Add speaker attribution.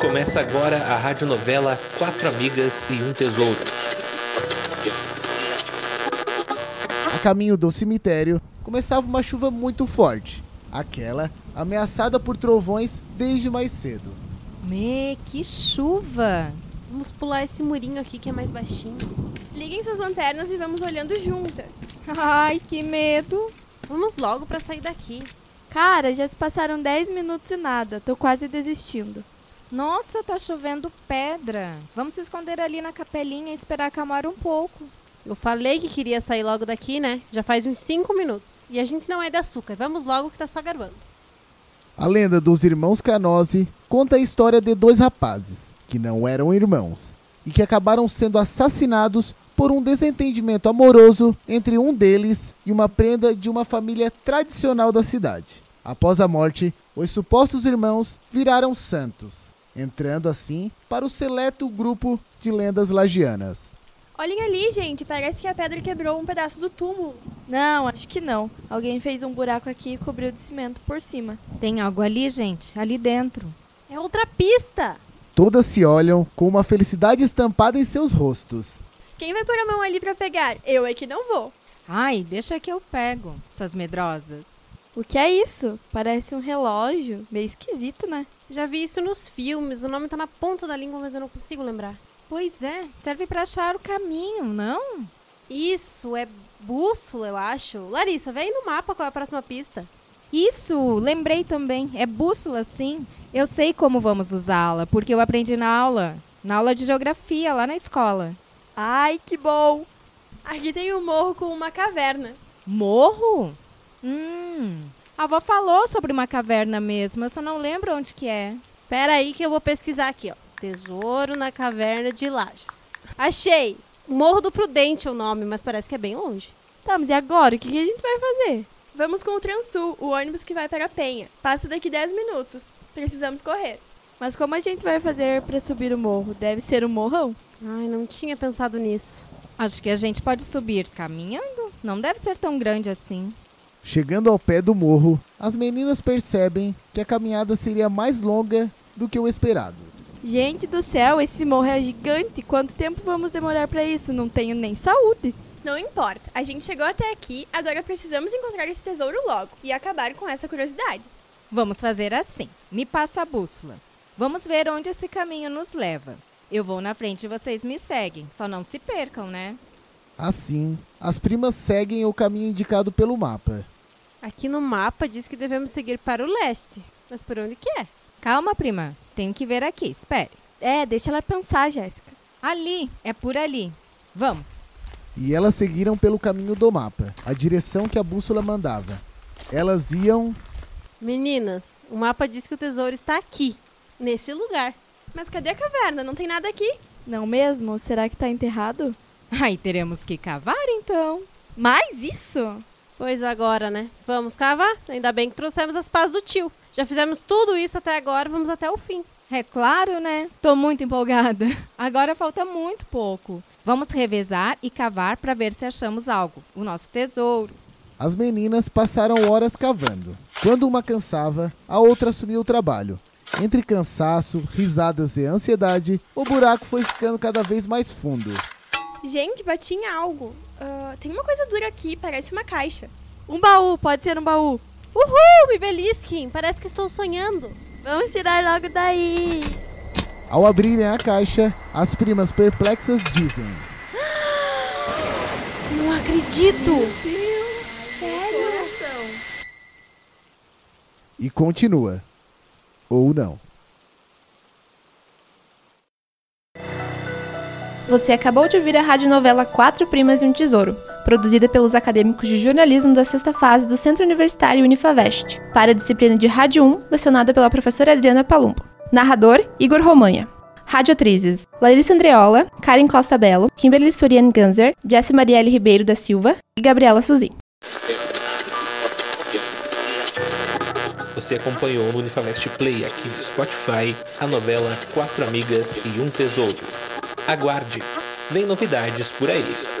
Speaker 1: Começa agora a radionovela Quatro Amigas e um Tesouro.
Speaker 2: A caminho do cemitério, começava uma chuva muito forte, aquela ameaçada por trovões desde mais cedo.
Speaker 3: Me, que chuva! Vamos pular esse murinho aqui que é mais baixinho.
Speaker 4: Liguem suas lanternas e vamos olhando juntas.
Speaker 5: Ai, que medo!
Speaker 3: Vamos logo pra sair daqui.
Speaker 5: Cara, já se passaram 10 minutos e nada. Tô quase desistindo. Nossa, tá chovendo pedra. Vamos se esconder ali na capelinha e esperar calmar um pouco.
Speaker 3: Eu falei que queria sair logo daqui, né? Já faz uns cinco minutos. E a gente não é de açúcar. Vamos logo que tá só garbando.
Speaker 2: A lenda dos irmãos Canose conta a história de dois rapazes que não eram irmãos e que acabaram sendo assassinados por um desentendimento amoroso entre um deles e uma prenda de uma família tradicional da cidade. Após a morte, os supostos irmãos viraram santos, entrando assim para o seleto grupo de lendas lagianas.
Speaker 4: Olhem ali, gente. Parece que a pedra quebrou um pedaço do túmulo.
Speaker 5: Não, acho que não. Alguém fez um buraco aqui e cobriu de cimento por cima.
Speaker 3: Tem algo ali, gente? Ali dentro.
Speaker 5: É outra pista!
Speaker 2: Todas se olham com uma felicidade estampada em seus rostos.
Speaker 4: Quem vai pôr a mão ali pra pegar? Eu é que não vou.
Speaker 3: Ai, deixa que eu pego, suas medrosas.
Speaker 5: O que é isso? Parece um relógio. Meio esquisito, né?
Speaker 3: Já vi isso nos filmes. O nome tá na ponta da língua, mas eu não consigo lembrar.
Speaker 5: Pois é, serve pra achar o caminho, não?
Speaker 3: Isso, é bússola, eu acho. Larissa, vem no mapa qual é a próxima pista.
Speaker 5: Isso, lembrei também. É bússola, sim. Eu sei como vamos usá-la, porque eu aprendi na aula. Na aula de geografia, lá na escola.
Speaker 4: Ai, que bom! Aqui tem um morro com uma caverna.
Speaker 5: Morro? Hum. A avó falou sobre uma caverna mesmo, eu só não lembro onde que é.
Speaker 3: Pera aí que eu vou pesquisar aqui, ó. Tesouro na caverna de Lages. Achei! Morro do Prudente é o nome, mas parece que é bem longe.
Speaker 5: Tá, mas e agora? O que, que a gente vai fazer?
Speaker 4: Vamos com o Transul, o ônibus que vai para a Penha. Passa daqui 10 minutos. Precisamos correr.
Speaker 5: Mas como a gente vai fazer pra subir o morro? Deve ser um morrão?
Speaker 3: Ai, não tinha pensado nisso.
Speaker 5: Acho que a gente pode subir caminhando. Não deve ser tão grande assim.
Speaker 2: Chegando ao pé do morro, as meninas percebem que a caminhada seria mais longa do que o esperado.
Speaker 5: Gente do céu, esse morro é gigante. Quanto tempo vamos demorar pra isso? Não tenho nem saúde.
Speaker 4: Não importa, a gente chegou até aqui, agora precisamos encontrar esse tesouro logo e acabar com essa curiosidade.
Speaker 5: Vamos fazer assim. Me passa a bússola. Vamos ver onde esse caminho nos leva. Eu vou na frente e vocês me seguem. Só não se percam, né?
Speaker 2: Assim, as primas seguem o caminho indicado pelo mapa.
Speaker 3: Aqui no mapa diz que devemos seguir para o leste. Mas por onde que é?
Speaker 5: Calma, prima. Tenho que ver aqui. Espere.
Speaker 4: É, deixa ela pensar, Jéssica.
Speaker 5: Ali, é por ali. Vamos.
Speaker 2: E elas seguiram pelo caminho do mapa, a direção que a bússola mandava. Elas iam
Speaker 3: Meninas, o mapa diz que o tesouro está aqui, nesse lugar.
Speaker 4: Mas cadê a caverna? Não tem nada aqui.
Speaker 5: Não mesmo? Será que tá enterrado?
Speaker 3: Ai, teremos que cavar então.
Speaker 5: Mais isso?
Speaker 3: Pois agora, né? Vamos cavar? Ainda bem que trouxemos as pás do tio. Já fizemos tudo isso até agora, vamos até o fim.
Speaker 5: É claro, né? Tô muito empolgada. Agora falta muito pouco. Vamos revezar e cavar para ver se achamos algo, o nosso tesouro.
Speaker 2: As meninas passaram horas cavando. Quando uma cansava, a outra assumiu o trabalho. Entre cansaço, risadas e ansiedade, o buraco foi ficando cada vez mais fundo.
Speaker 4: Gente, bati em algo. Ah, tem uma coisa dura aqui, parece uma caixa.
Speaker 5: Um baú, pode ser um baú.
Speaker 3: Uhul, me belisquem! Parece que estou sonhando.
Speaker 5: Vamos tirar logo daí.
Speaker 2: Ao abrirem a caixa, as primas perplexas dizem:
Speaker 3: Não acredito!
Speaker 2: E continua. Ou não.
Speaker 6: Você acabou de ouvir a radionovela Quatro Primas e um Tesouro, produzida pelos acadêmicos de jornalismo da sexta fase do Centro Universitário Unifavest, para a disciplina de Rádio 1, lecionada pela professora Adriana Palumbo. Narrador, Igor Romanha. Radioatrizes, Larissa Andreola, Karen Costa Belo, Kimberly Sorian Ganzer, Jessi Marielle Ribeiro da Silva e Gabriela Suzin.
Speaker 1: Você acompanhou no Unifamest Play aqui no Spotify a novela Quatro Amigas e um Tesouro. Aguarde, vem novidades por aí.